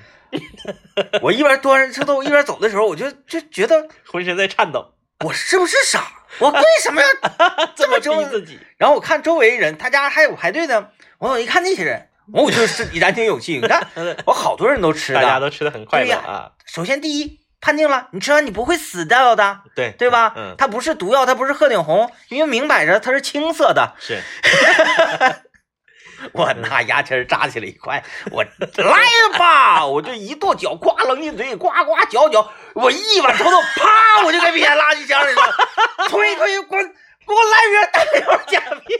S1: 我一边端着臭豆腐一边走的时候，我就就觉得
S2: 浑身在颤抖，
S1: 我是不是傻？我为什么要？ 啊这么
S2: 逼
S1: 重
S2: 自己，
S1: 然后我看周围人，他家还有排队呢，我一看那些人，我我就是 燃起勇气。你看，我好多人都吃
S2: 大家
S1: 的。
S2: 都吃的很快
S1: 对
S2: 乐
S1: 呀
S2: 啊，
S1: 首先第一，判定了你吃完你不会死掉的。
S2: 对
S1: 对吧？
S2: 嗯，
S1: 它不是毒药，它不是鹤顶红，因为明摆着它是青色的。
S2: 是
S1: 我拿牙签扎起来一块，我来吧，我就一跺脚，咵扔进嘴里，呱呱嚼嚼，我一碗臭豆，啪，我就给撇垃圾箱里了，推推滚，给我来瓶大料加冰，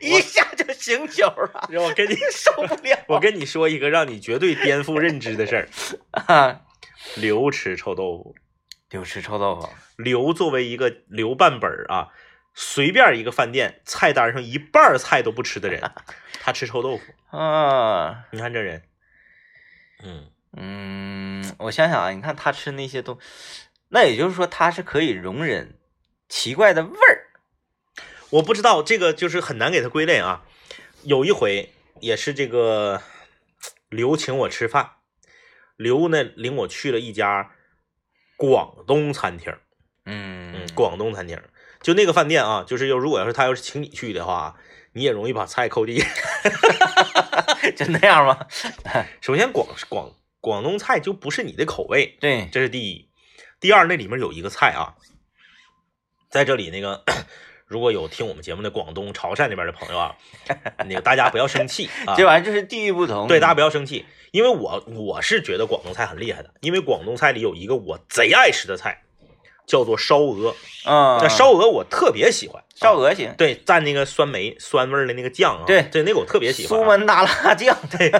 S1: 一下就醒酒了，
S2: 我跟你。
S1: 受不了。
S2: 我跟你说一个让你绝对颠覆认知的事儿，
S1: 啊，
S2: 刘吃臭豆腐。
S1: 就吃臭豆腐，
S2: 刘作为一个留半本儿啊，随便一个饭店菜单上一半儿菜都不吃的 人，他吃臭豆腐。
S1: 啊，
S2: 你看这人，嗯，
S1: 嗯，我想想啊，你看他吃那些东，那也就是说他是可以容忍奇怪的味儿。
S2: 我不知道这个就是很难给他归类啊。有一回也是这个刘请我吃饭，刘呢领我去了一家广东餐厅儿，
S1: 嗯
S2: 嗯，广东餐厅儿，就那个饭店啊，就是要如果要是他要是请你去的话，你也容易把菜扣地。 嗯
S1: 就那样吗？
S2: 首先广广广东菜就不是你的口味，
S1: 对，
S2: 这是第一。第二，那里面有一个菜啊，在这里那个如果有听我们节目的广东、潮汕那边的朋友啊，那个大家不要 生气啊
S1: 这，玩意儿就是地域不同。
S2: 对，大家不要生气，因为我我是觉得广东菜很厉害的，因为广东菜里有一个我贼爱吃的菜，叫做烧鹅。
S1: 嗯，
S2: 那烧鹅我特别喜欢，
S1: 烧鹅行，
S2: 对蘸那个酸梅酸味儿的那个酱啊，
S1: 对
S2: 对，那个我特别喜欢啊、
S1: 苏门答腊酱。 对，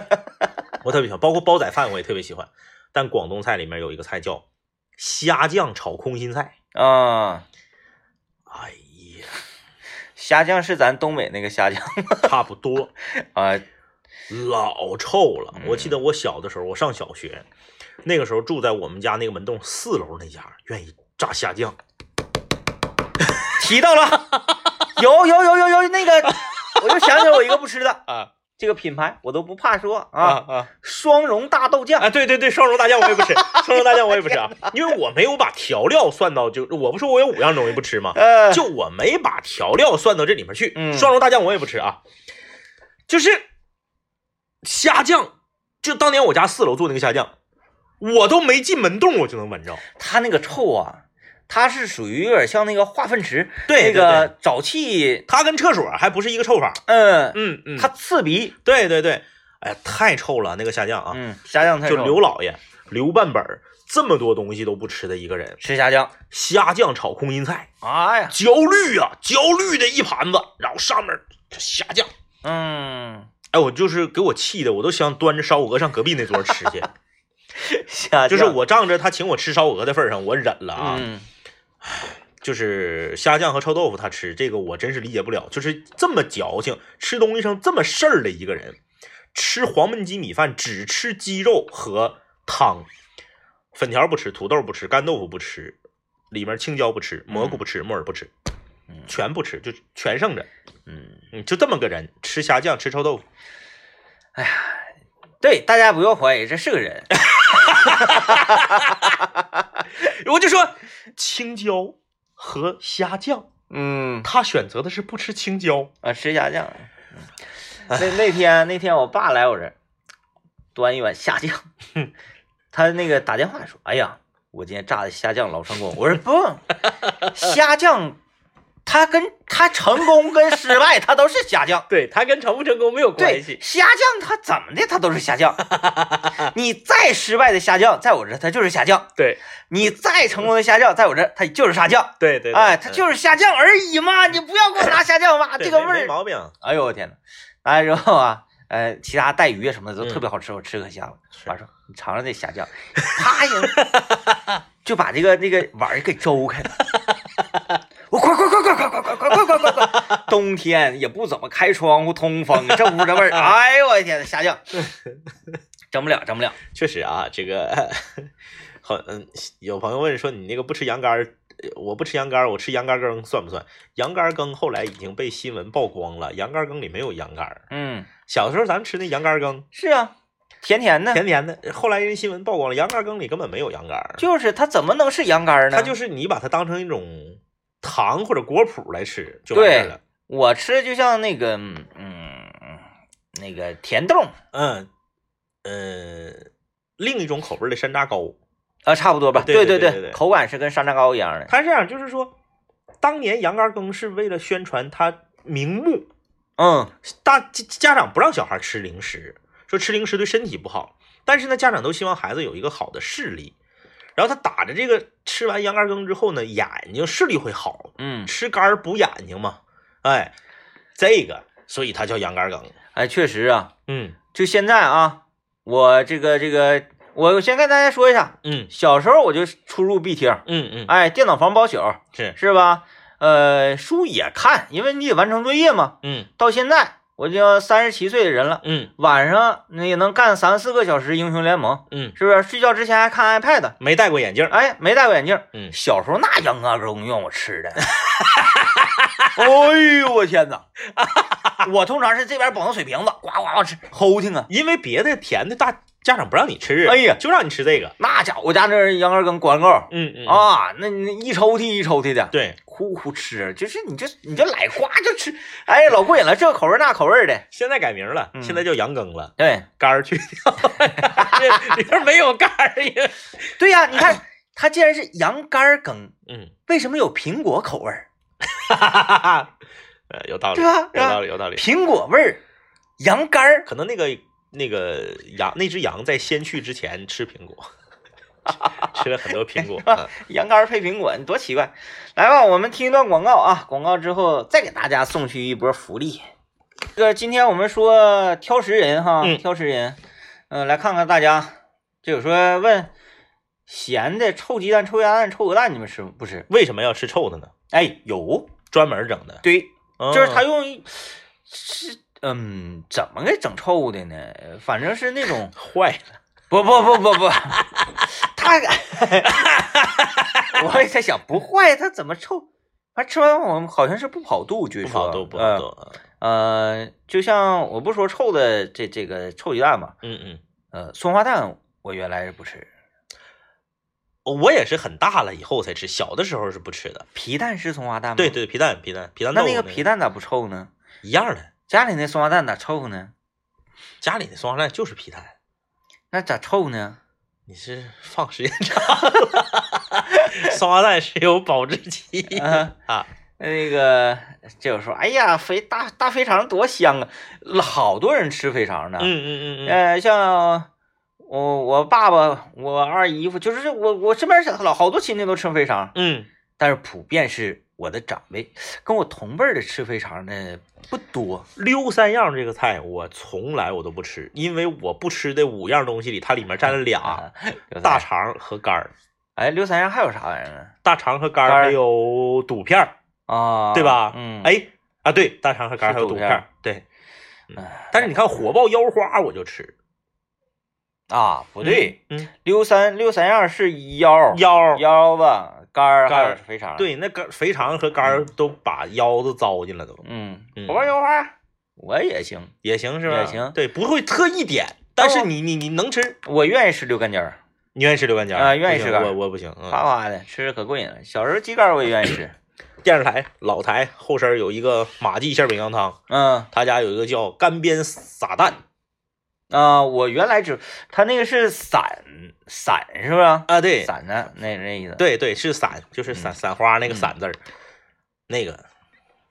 S2: 我特别喜欢，包括煲仔饭我也特别喜欢。但广东菜里面有一个菜叫虾酱炒空心菜，
S1: 啊，
S2: 哎呀，
S1: 虾酱是咱东北那个虾酱
S2: 差不 多，
S1: 啊，
S2: 老臭了。
S1: 嗯
S2: 我记得我小的时候，我上小学，那个时候住在我们家那个门洞四楼那家，愿意炸虾 酱，
S1: 提到了，有有有有有那个，我就想起来我一个不吃的
S2: 啊
S1: 这个品牌，我都不怕说
S2: 啊
S1: 啊，
S2: 啊
S1: 双蓉大豆酱，
S2: 啊！对对对，双蓉大酱我也不吃，双蓉大酱我也不吃啊，因为我没有把调料算到，就我不说我有五样东西不吃吗？
S1: 呃，
S2: 就我没把调料算到这里面去。
S1: 嗯
S2: 双蓉大酱我也不吃啊，就是虾酱，就当年我家四楼做那个虾酱，我都没进门洞我就能闻着。
S1: 它那个臭啊，它是属于有点像那个化粪池
S2: 对
S1: 那个沼气，
S2: 它跟厕所还不是一个臭法。
S1: 嗯，
S2: 嗯嗯，
S1: 它刺鼻，
S2: 对对对，哎呀，太臭了那个虾酱啊，
S1: 嗯，虾酱太
S2: 就
S1: 臭
S2: 刘老爷刘半本儿这么多东西都不吃的一个人，
S1: 吃虾酱，
S2: 虾酱炒空心菜，
S1: 哎呀，
S2: 焦绿啊，焦绿的一盘子，然后上面虾酱。
S1: 嗯，
S2: 哎，我就是给我气的，我都想端着烧鹅上隔壁那桌吃 去。
S1: 虾酱
S2: 就是我仗着他请我吃烧鹅的份儿上，我忍了啊。
S1: 嗯，
S2: 就是虾酱和臭豆腐他吃，这个我真是理解不了，就是这么矫情，吃东西上这么事儿的一个人，吃黄焖鸡米饭只吃鸡肉和汤，粉条不吃，土豆不吃，干豆腐不吃，里面青椒不吃，蘑菇不吃，木耳不吃
S1: 嗯，
S2: 全不吃，就全剩着。
S1: 嗯，
S2: 嗯，就这么个人，吃虾酱，吃臭豆腐，
S1: 对，大家不要怀疑，这是个 人，
S2: 我就说青椒和虾酱，
S1: 嗯
S2: 他选择的是不吃青椒。
S1: 啊，吃虾酱。嗯那那天那天我爸来我这儿，端一碗虾酱，他那个打电话说：“哎呀，我今天炸的虾酱老成功。”我说：“不，虾酱，它跟它成功跟失败，它都是虾 酱。
S2: 对他跟成不成功没有
S1: 对，。虾酱它怎么的，它都是虾 酱。你再失败的虾酱，在我这儿它就是虾酱；
S2: 对
S1: 你再成功的虾酱，在我这儿它就是虾酱。
S2: 对对，嗯
S1: 哎，它就是虾酱而已嘛，你不要给我拿虾酱骂这个味儿。”
S2: 毛病。
S1: 哎呦我天呐，完了之后啊，呃，其他带鱼啊什么的
S2: 嗯
S1: 都特别好吃，我吃可香了。
S2: 是
S1: 完说你尝尝这虾酱，啪一下就把这个那个碗儿给周开了。我快快快快快快快快快快快快！冬天也不怎么开窗户通风，这屋的味 儿，哎呦我的天呐，虾酱整不了，整不 了。
S2: 确实啊，这个好，嗯，有朋友问说你那个不吃羊肝儿，呃我不吃羊肝儿，我吃羊肝儿羹算不算？羊肝儿羹后来已经被新闻曝光了，羊肝儿羹里没有羊肝儿。
S1: 嗯，
S2: 小时候咱们吃那羊肝儿羹，
S1: 是啊，甜甜的，
S2: 甜甜的，后来人新闻曝光了，羊肝儿羹里根本没有羊肝儿，
S1: 就是它怎么能是羊肝呢？
S2: 它就是你把它当成一种糖或者果脯来吃就完事儿了。
S1: 我吃的就像那个嗯嗯那个甜豆儿
S2: 嗯，呃，另一种口味儿的山楂糕。
S1: 啊，差不多吧。
S2: 对
S1: 对
S2: 对对对对
S1: 口感是跟山楂糕一样的。
S2: 他是这样，就是说，当年羊肝羹是为了宣传它明目，
S1: 嗯
S2: 大家家长不让小孩吃零食，说吃零食对身体不好，但是呢，家长都希望孩子有一个好的视力。然后他打着这个吃完羊肝羹之后呢，眼睛视力会好，
S1: 嗯，
S2: 吃肝儿补眼睛嘛，哎，这个，所以它叫羊肝羹。
S1: 哎，确实啊，
S2: 嗯
S1: 就现在啊，我这个这个，我先跟大家说一下，
S2: 嗯
S1: 小时候我就出入 B 厅，
S2: 嗯嗯，
S1: 哎，电脑房包宿
S2: 是，
S1: 是吧？呃，书也看，因为你得完成作业嘛。
S2: 嗯
S1: 到现在我就三十七岁的人了，
S2: 嗯
S1: 晚上那也能干三四个小时英雄联盟，
S2: 嗯，
S1: 是不是？睡觉之前还看 iPad，
S2: 没戴过眼镜儿。
S1: 哎，没戴过眼镜。
S2: 嗯
S1: 小时候那羊肝羹让我吃的， 哎呦我天哪！我通常是这边捧个水瓶子，呱呱呱吃，齁挺啊！
S2: 因为别的甜的大家长不让你吃，
S1: 哎呀
S2: 就让你吃这个。
S1: 那家伙，我家那儿羊肝羹管够
S2: 嗯嗯，
S1: 啊，那那一抽屉一抽屉的，
S2: 对，
S1: 呼呼吃，就是你就你就来呱就吃，哎，老过瘾了，这口味儿那口味儿的，
S2: 现在改名了，
S1: 嗯
S2: 现在叫羊羹了，
S1: 对
S2: 肝儿去掉 了，里边没有肝儿。
S1: 对呀、你看它既然是羊肝羹，
S2: 嗯，
S1: 为什么有苹果口味儿？
S2: 哈哈哈哈，呃，有道理，
S1: 对吧
S2: 有道理，有道理。
S1: 苹果味儿，羊肝儿，
S2: 可能那个那个羊，那只羊在先去之前吃苹果， 吃了很多 苹果。嗯
S1: 羊肝儿配苹果，你多奇怪！来吧，我们听一段广告啊，广告之后再给大家送去一波福利。这个今天我们说挑食人哈，
S2: 嗯
S1: 挑食人，嗯、来看看大家，就有说问咸的臭鸡蛋、臭鸭蛋、臭鹅蛋，你们吃不吃？
S2: 为什么要吃臭的呢？
S1: 哎，有
S2: 专门整的。嗯
S1: 对，就是他
S2: 用
S1: 用是嗯，怎么给整臭的呢？反正是那种
S2: 坏了，
S1: 不不不不不， 他，我也在想不坏他怎么臭？他吃完饭我好像是不跑肚，据
S2: 不
S1: 说
S2: 好都不
S1: 呃
S2: 好都，
S1: 呃，就像我不说臭的这这个臭鸡蛋嘛，
S2: 嗯嗯
S1: 呃，松花蛋我原来是不吃，
S2: 嗯，我也是很大了以后才吃，小的时候是不吃的。
S1: 皮蛋是松花蛋吗？
S2: 对，对，皮蛋皮蛋皮蛋
S1: 嗯那
S2: 豆，
S1: 那个皮蛋咋不臭呢？
S2: 一样的，
S1: 家里那松花蛋咋臭呢？
S2: 家里的松花蛋就是皮蛋。
S1: 那咋臭呢？
S2: 你是放时间长了， 松花蛋是有保质 期
S1: 啊
S2: 啊。
S1: 那个就说，哎呀，肥大大肥肠多香啊！好多人吃肥肠呢。
S2: 嗯嗯嗯嗯，
S1: 呃，像我我爸爸、我二姨夫，就是我我身边老好多亲戚都吃肥肠，
S2: 嗯，
S1: 但是普遍是我的长辈跟我同辈儿的吃肥肠的不多。
S2: 溜三样这个菜我从来我都不吃，因为我不吃的五样东西里，它里面占了俩，
S1: 刘三
S2: 大肠和肝儿，
S1: 啊哎，刘三阳还有啥玩意儿呢？
S2: 大肠和肝
S1: 肝
S2: 儿
S1: 儿
S2: 还有肚片儿，
S1: 啊，
S2: 对吧？
S1: 嗯，，
S2: 哎啊，对，大肠和肝儿
S1: 是
S2: 还有
S1: 肚
S2: 肚
S1: 片
S2: 片
S1: 儿
S2: 儿，对。
S1: 哎
S2: 但是你看火爆腰花我就吃，
S1: 啊，不对，
S2: 嗯，
S1: 刘三刘三样是腰
S2: 腰儿
S1: 腰子、肝儿还
S2: 肝
S1: 有
S2: 儿
S1: 肥肠。，
S2: 对，那肝肥肠和肝儿都把腰子糟践了都，
S1: 嗯，
S2: 嗯
S1: 我玩腰花我也行。
S2: 也行是吧？
S1: 也行
S2: 对，不会特意点，但是你你你能吃，
S1: 我愿意吃溜干尖儿，
S2: 你愿意吃溜肝尖儿
S1: 啊愿意
S2: 不
S1: 吃
S2: 行
S1: 肝
S2: 我我不行。
S1: 啪
S2: 嗯，
S1: 啪的吃着可过瘾了。小时候鸡肝儿我也愿意 吃，
S2: 电视台老台后身有一个马记馅饼羊汤，
S1: 嗯
S2: 他家有一个叫干煸撒蛋
S1: 啊，我原来只他那个是散散是吧？
S2: 啊，对
S1: 散的那那意思，，
S2: 对对，是散，就是
S1: 嗯
S2: 散散花那个散字儿，那个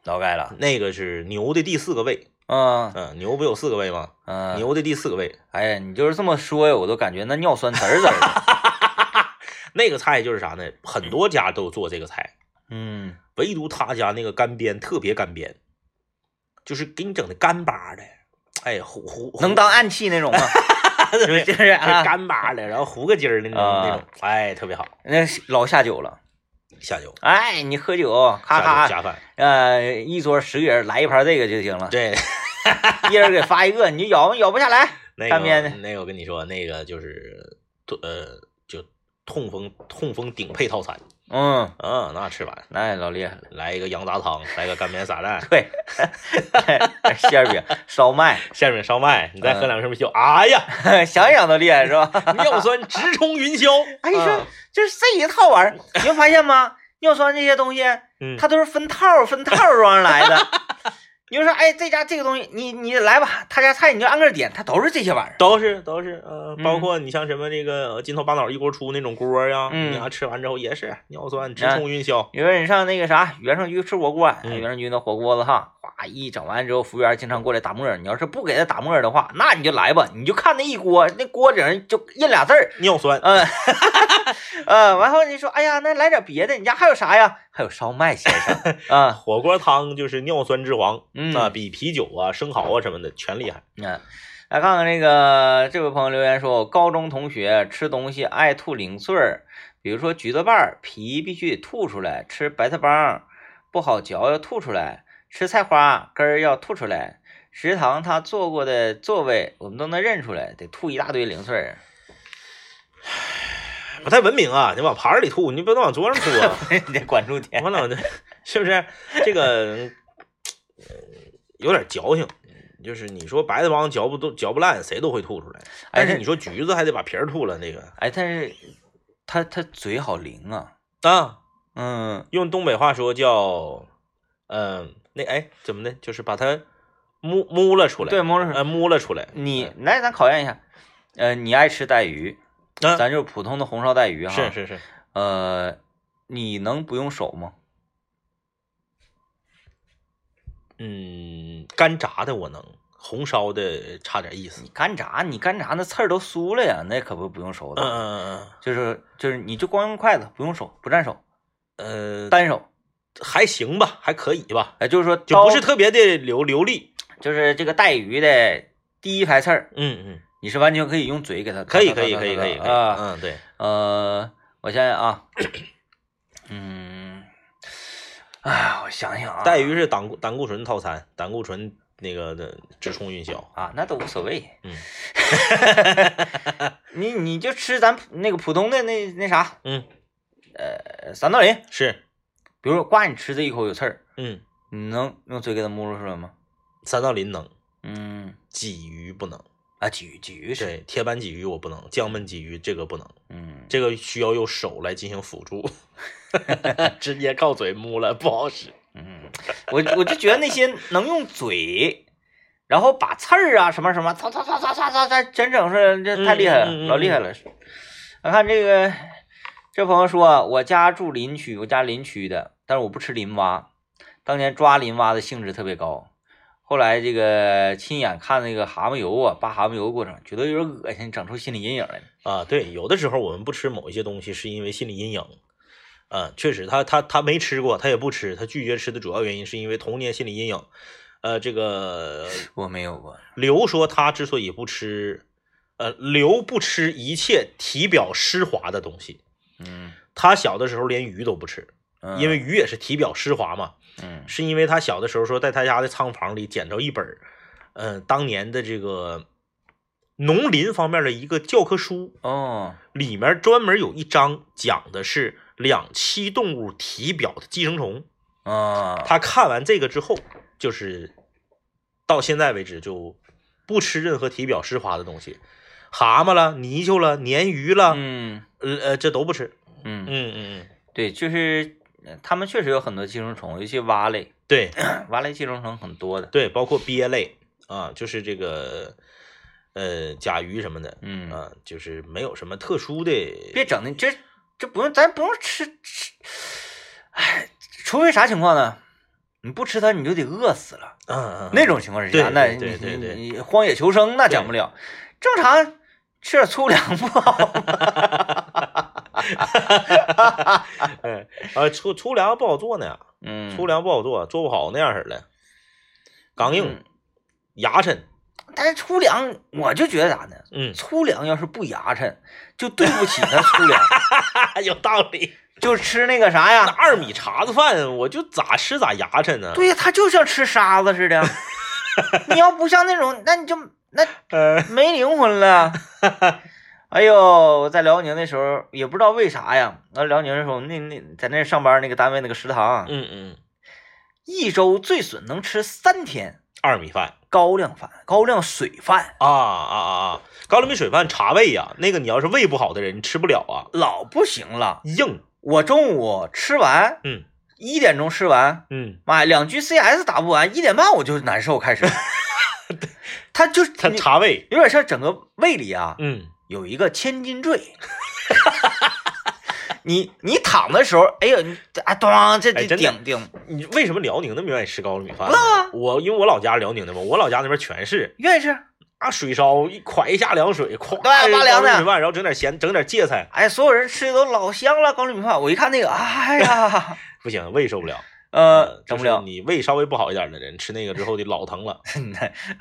S1: 老盖了，
S2: 那个是牛的第四个胃，
S1: 嗯
S2: 嗯，牛不有四个胃吗？
S1: 嗯，
S2: 牛的第四个胃，
S1: 哎呀，你就是这么说呀，我都感觉那尿酸滋儿滋儿的，
S2: 那个菜就是啥呢？很多家都做这个菜，
S1: 嗯
S2: 唯独他家那个干煸特别干煸，就是给你整的干巴的，哎，糊糊糊
S1: 能当暗器那种吗？
S2: 对
S1: 就是啊，
S2: 干巴的，然后糊个筋儿的那种、
S1: 啊
S2: 那种，哎，特别好。
S1: 那老下酒了，
S2: 下酒，
S1: 哎，你喝酒，咔
S2: 下酒
S1: 咔，
S2: 加饭，
S1: 呃，一桌十个人来一盘这个就行了，
S2: 对，
S1: 一人给发一个，你就咬咬不下来，
S2: 那个
S1: 干煸的
S2: 那个我跟你说，那个就是呃，就痛风痛风顶配套餐
S1: 嗯，
S2: 啊，那吃完
S1: 那也老厉害 了。，
S2: 来一个羊杂汤，来个干煸撒蛋
S1: 对， 馅饼、烧麦，
S2: 下面烧麦，你再
S1: 嗯
S2: 喝两瓶啤酒，哎呀，
S1: 想想都厉害是吧？
S2: 尿酸直冲云霄。
S1: 哎，你说
S2: 啊，
S1: 就是这一套玩意儿，你会发现吗？尿酸这些东西，
S2: 嗯，
S1: 它都是分套儿分套儿装来 的。你就说，哎，这家这个东西，你你来吧，他家菜你就按个儿点，它都是这些玩意儿。
S2: 都是都是，呃，
S1: 嗯
S2: 包括你像什么这个呃金头巴脑一锅出那种锅呀，
S1: 嗯
S2: 你啊吃完之后也是尿酸直
S1: 啊
S2: 冲云霄。
S1: 你说你上那个啥袁胜军吃火锅，哎
S2: 嗯
S1: 袁胜军的火锅子哈，哗一整完之后，服务员经常过来打沫儿。你要是不给他打沫儿的话，那你就来吧，你就看那一锅，那锅顶上就印俩字儿
S2: 尿酸，
S1: 嗯，呃，完后你说，哎呀，那来点别的，你家还有啥呀？还有烧麦先 生啊，
S2: 火锅汤就是尿酸之王，
S1: 嗯
S2: 啊，比啤酒啊、生蚝啊什么的全厉害。
S1: 嗯，来看看这个这位朋友留言说，我高中同学吃东西爱吐零碎儿，比如说橘子瓣儿皮必须得吐出来，吃白菜帮儿不好嚼要吐出来，吃菜花根儿要吐出来。食堂他坐过的座位，我们都能认出来，得吐一大堆零碎儿。，
S2: 不太文明啊，你往盘儿里吐，你不能往桌上吐啊
S1: 你得管住点。
S2: 完了我这是不是这个呃有点矫情？就是你说白菜帮嚼不都嚼不烂，谁都会吐出来。
S1: 哎
S2: 但
S1: 这
S2: 是你说橘子还得把皮儿吐了，那个
S1: 哎，但是他他嘴好灵啊，
S2: 啊，
S1: 嗯。
S2: 用东北话说叫，嗯、那哎怎么的，就是把它摸摸了出来，
S1: 对，，蒙
S2: 呃
S1: 着。
S2: 摸了出来，
S1: 你来，咱考验一下，呃，你爱吃带鱼，
S2: 啊
S1: 咱就普通的红烧带鱼哈。
S2: 是。是是，
S1: 呃，你能不用手吗？
S2: 嗯，干炸的我能，红烧的差点意思
S1: 你。干炸，你干炸那刺儿都酥了呀，那可不不用手
S2: 嗯嗯
S1: 的，
S2: 嗯嗯
S1: 就是就是，你就光用筷子，不用手，不蘸手，
S2: 嗯，呃，
S1: 单手。
S2: 还行吧，还可以吧，
S1: 哎、就是说
S2: 就
S1: 刀，
S2: 不是特别的流流利。
S1: 就是这个带鱼的第一排刺儿，
S2: 嗯嗯，
S1: 你是完全可以用嘴给它。
S2: 可以可以可以可以可以。
S1: 啊，
S2: 嗯对，
S1: 呃，我想想啊，嗯，啊，哎，我想想啊，
S2: 带鱼是胆固胆固醇套餐，胆固醇那个的直冲云霄。
S1: 啊，那都无所谓。
S2: 嗯，
S1: 你你就吃咱普那个普通的那那啥，
S2: 嗯，
S1: 呃，三道林，
S2: 是，
S1: 比如说挂你吃这一口有刺儿，
S2: 嗯，
S1: 你能用嘴给它摸出来吗？
S2: 三道鳞能，
S1: 嗯，
S2: 鲫鱼不能。
S1: 啊，鲫鱼鲫鱼是，
S2: 对，铁板鲫鱼我不能，江焖鲫鱼这个不能，
S1: 嗯，
S2: 这个需要用手来进行辅助， 直接靠嘴摸了不好使。
S1: 嗯， 我我就觉得那些能用嘴，然后把刺儿啊什么什么，擦擦擦擦擦擦擦，全整出来，这太厉害了，
S2: 嗯嗯嗯嗯
S1: 老厉害了。我看这个这朋友说，啊我家住林区，我家林区的，但是我不吃林蛙。当年抓林蛙的兴致特别高，后来这个亲眼看那个蛤蟆油啊，扒蛤蟆油的过程，觉得有点恶心，整出心理阴影来了。
S2: 啊，对，有的时候我们不吃某一些东西是因为心理阴影。嗯，确实，他他他没吃过，他也不吃，他拒绝吃的主要原因是因为童年心理阴影。呃，这个
S1: 我没有过，
S2: 刘说他之所以不吃，呃，刘不吃一切体表湿滑的东西。
S1: 嗯，
S2: 他小的时候连鱼都不吃，
S1: 嗯
S2: 因为鱼也是体表湿滑嘛。
S1: 嗯
S2: 是因为他小的时候说在他家的仓房里捡着一本儿，呃，当年的这个农林方面的一个教科书，
S1: 哦
S2: 里面专门有一章讲的是两栖动物体表的寄生虫。
S1: 啊，
S2: 他看完这个之后，就是到现在为止就不吃任何体表湿滑的东西，蛤蟆了、泥鳅了、鲶鱼了，
S1: 嗯
S2: 呃呃，这都不吃。
S1: 嗯。
S2: 嗯嗯嗯，
S1: 对，就是呃他们确实有很多寄生虫，尤其蛙类，
S2: 对
S1: 蛙类寄生虫很多的。
S2: 对，包括鳖类啊，就是这个呃甲鱼什么的，
S1: 嗯，
S2: 啊，就是没有什么特殊的。
S1: 别整那这这不用，咱不用吃吃，哎，除非啥情况呢？你不吃它你就得饿死了，
S2: 嗯嗯，
S1: 那种情况之下，
S2: 对
S1: 那
S2: 对对对
S1: 你
S2: 对
S1: 你你荒野求生那讲不了，正常吃点粗粮不 好吗？
S2: 嗯啊，粗粗粮不好做呢，
S1: 嗯，
S2: 粗粮不好做，做不好那样式儿的，刚硬
S1: 嗯，
S2: 牙碜，
S1: 但是粗粮我就觉得啥呢？
S2: 嗯，
S1: 粗粮要是不牙碜，就对不起它粗粮，
S2: 有道理。
S1: 就吃那个啥呀，
S2: 那二米碴子饭，我就咋吃咋牙碜呢？
S1: 对呀，他就像吃沙子似 的。你要不像那种，那你就那
S2: 呃，
S1: 没灵魂了。哎呦，我在辽宁那时候也不知道为啥呀，那辽宁的时候，那那在那上班那个单位那个食堂，
S2: 嗯嗯，
S1: 一周最损能吃三天
S2: 二米饭
S1: 高粱饭、高粱水饭，
S2: 啊啊啊啊！高粱米水饭茶胃呀、那个你要是胃不好的人，你吃不了啊，
S1: 老不行了。
S2: 硬。
S1: 我中午吃完，
S2: 嗯
S1: 一点钟吃完，
S2: 嗯，
S1: 妈呀，两局 CS 打不完，一点半我就难受 开始。他就
S2: 它
S1: 你
S2: 茶胃。
S1: 有点像整个胃里啊，
S2: 嗯
S1: 有一个千斤坠。 你你躺的时候，哎呦，你啊，咚，这
S2: 哎
S1: 这
S2: 真的
S1: 顶顶，
S2: 你为什么辽宁那么愿意吃高粱米饭
S1: 不知
S2: 呢？
S1: 道啊
S2: 我因为我老家是辽宁的嘛，我老家那边全是
S1: 愿意吃。
S2: 啊水烧一㧟一下凉水，咵
S1: 对挖凉的
S2: 高粱米饭，然后整点咸，整点芥菜，
S1: 哎，所有人吃的都老香了，高粱米饭。我一看那个，哎呀，
S2: 不行，胃受不了。嗯
S1: 呃，
S2: 就
S1: 整
S2: 是
S1: 不 了。
S2: 你胃稍微不好一点的人，吃那个之后得老疼了。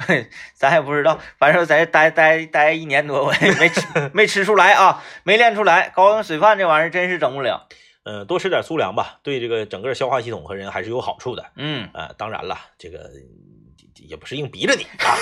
S1: 咱也不知道，反正在这待待待一年多，我也没吃 没吃出来啊，没练出来。高粱水饭这玩意儿真是整不了。
S2: 嗯，多吃点粗粮吧，对这个整个消化系统和人还是有好处的。
S1: 嗯，
S2: 啊，当然了，这个也也不是硬逼着你啊。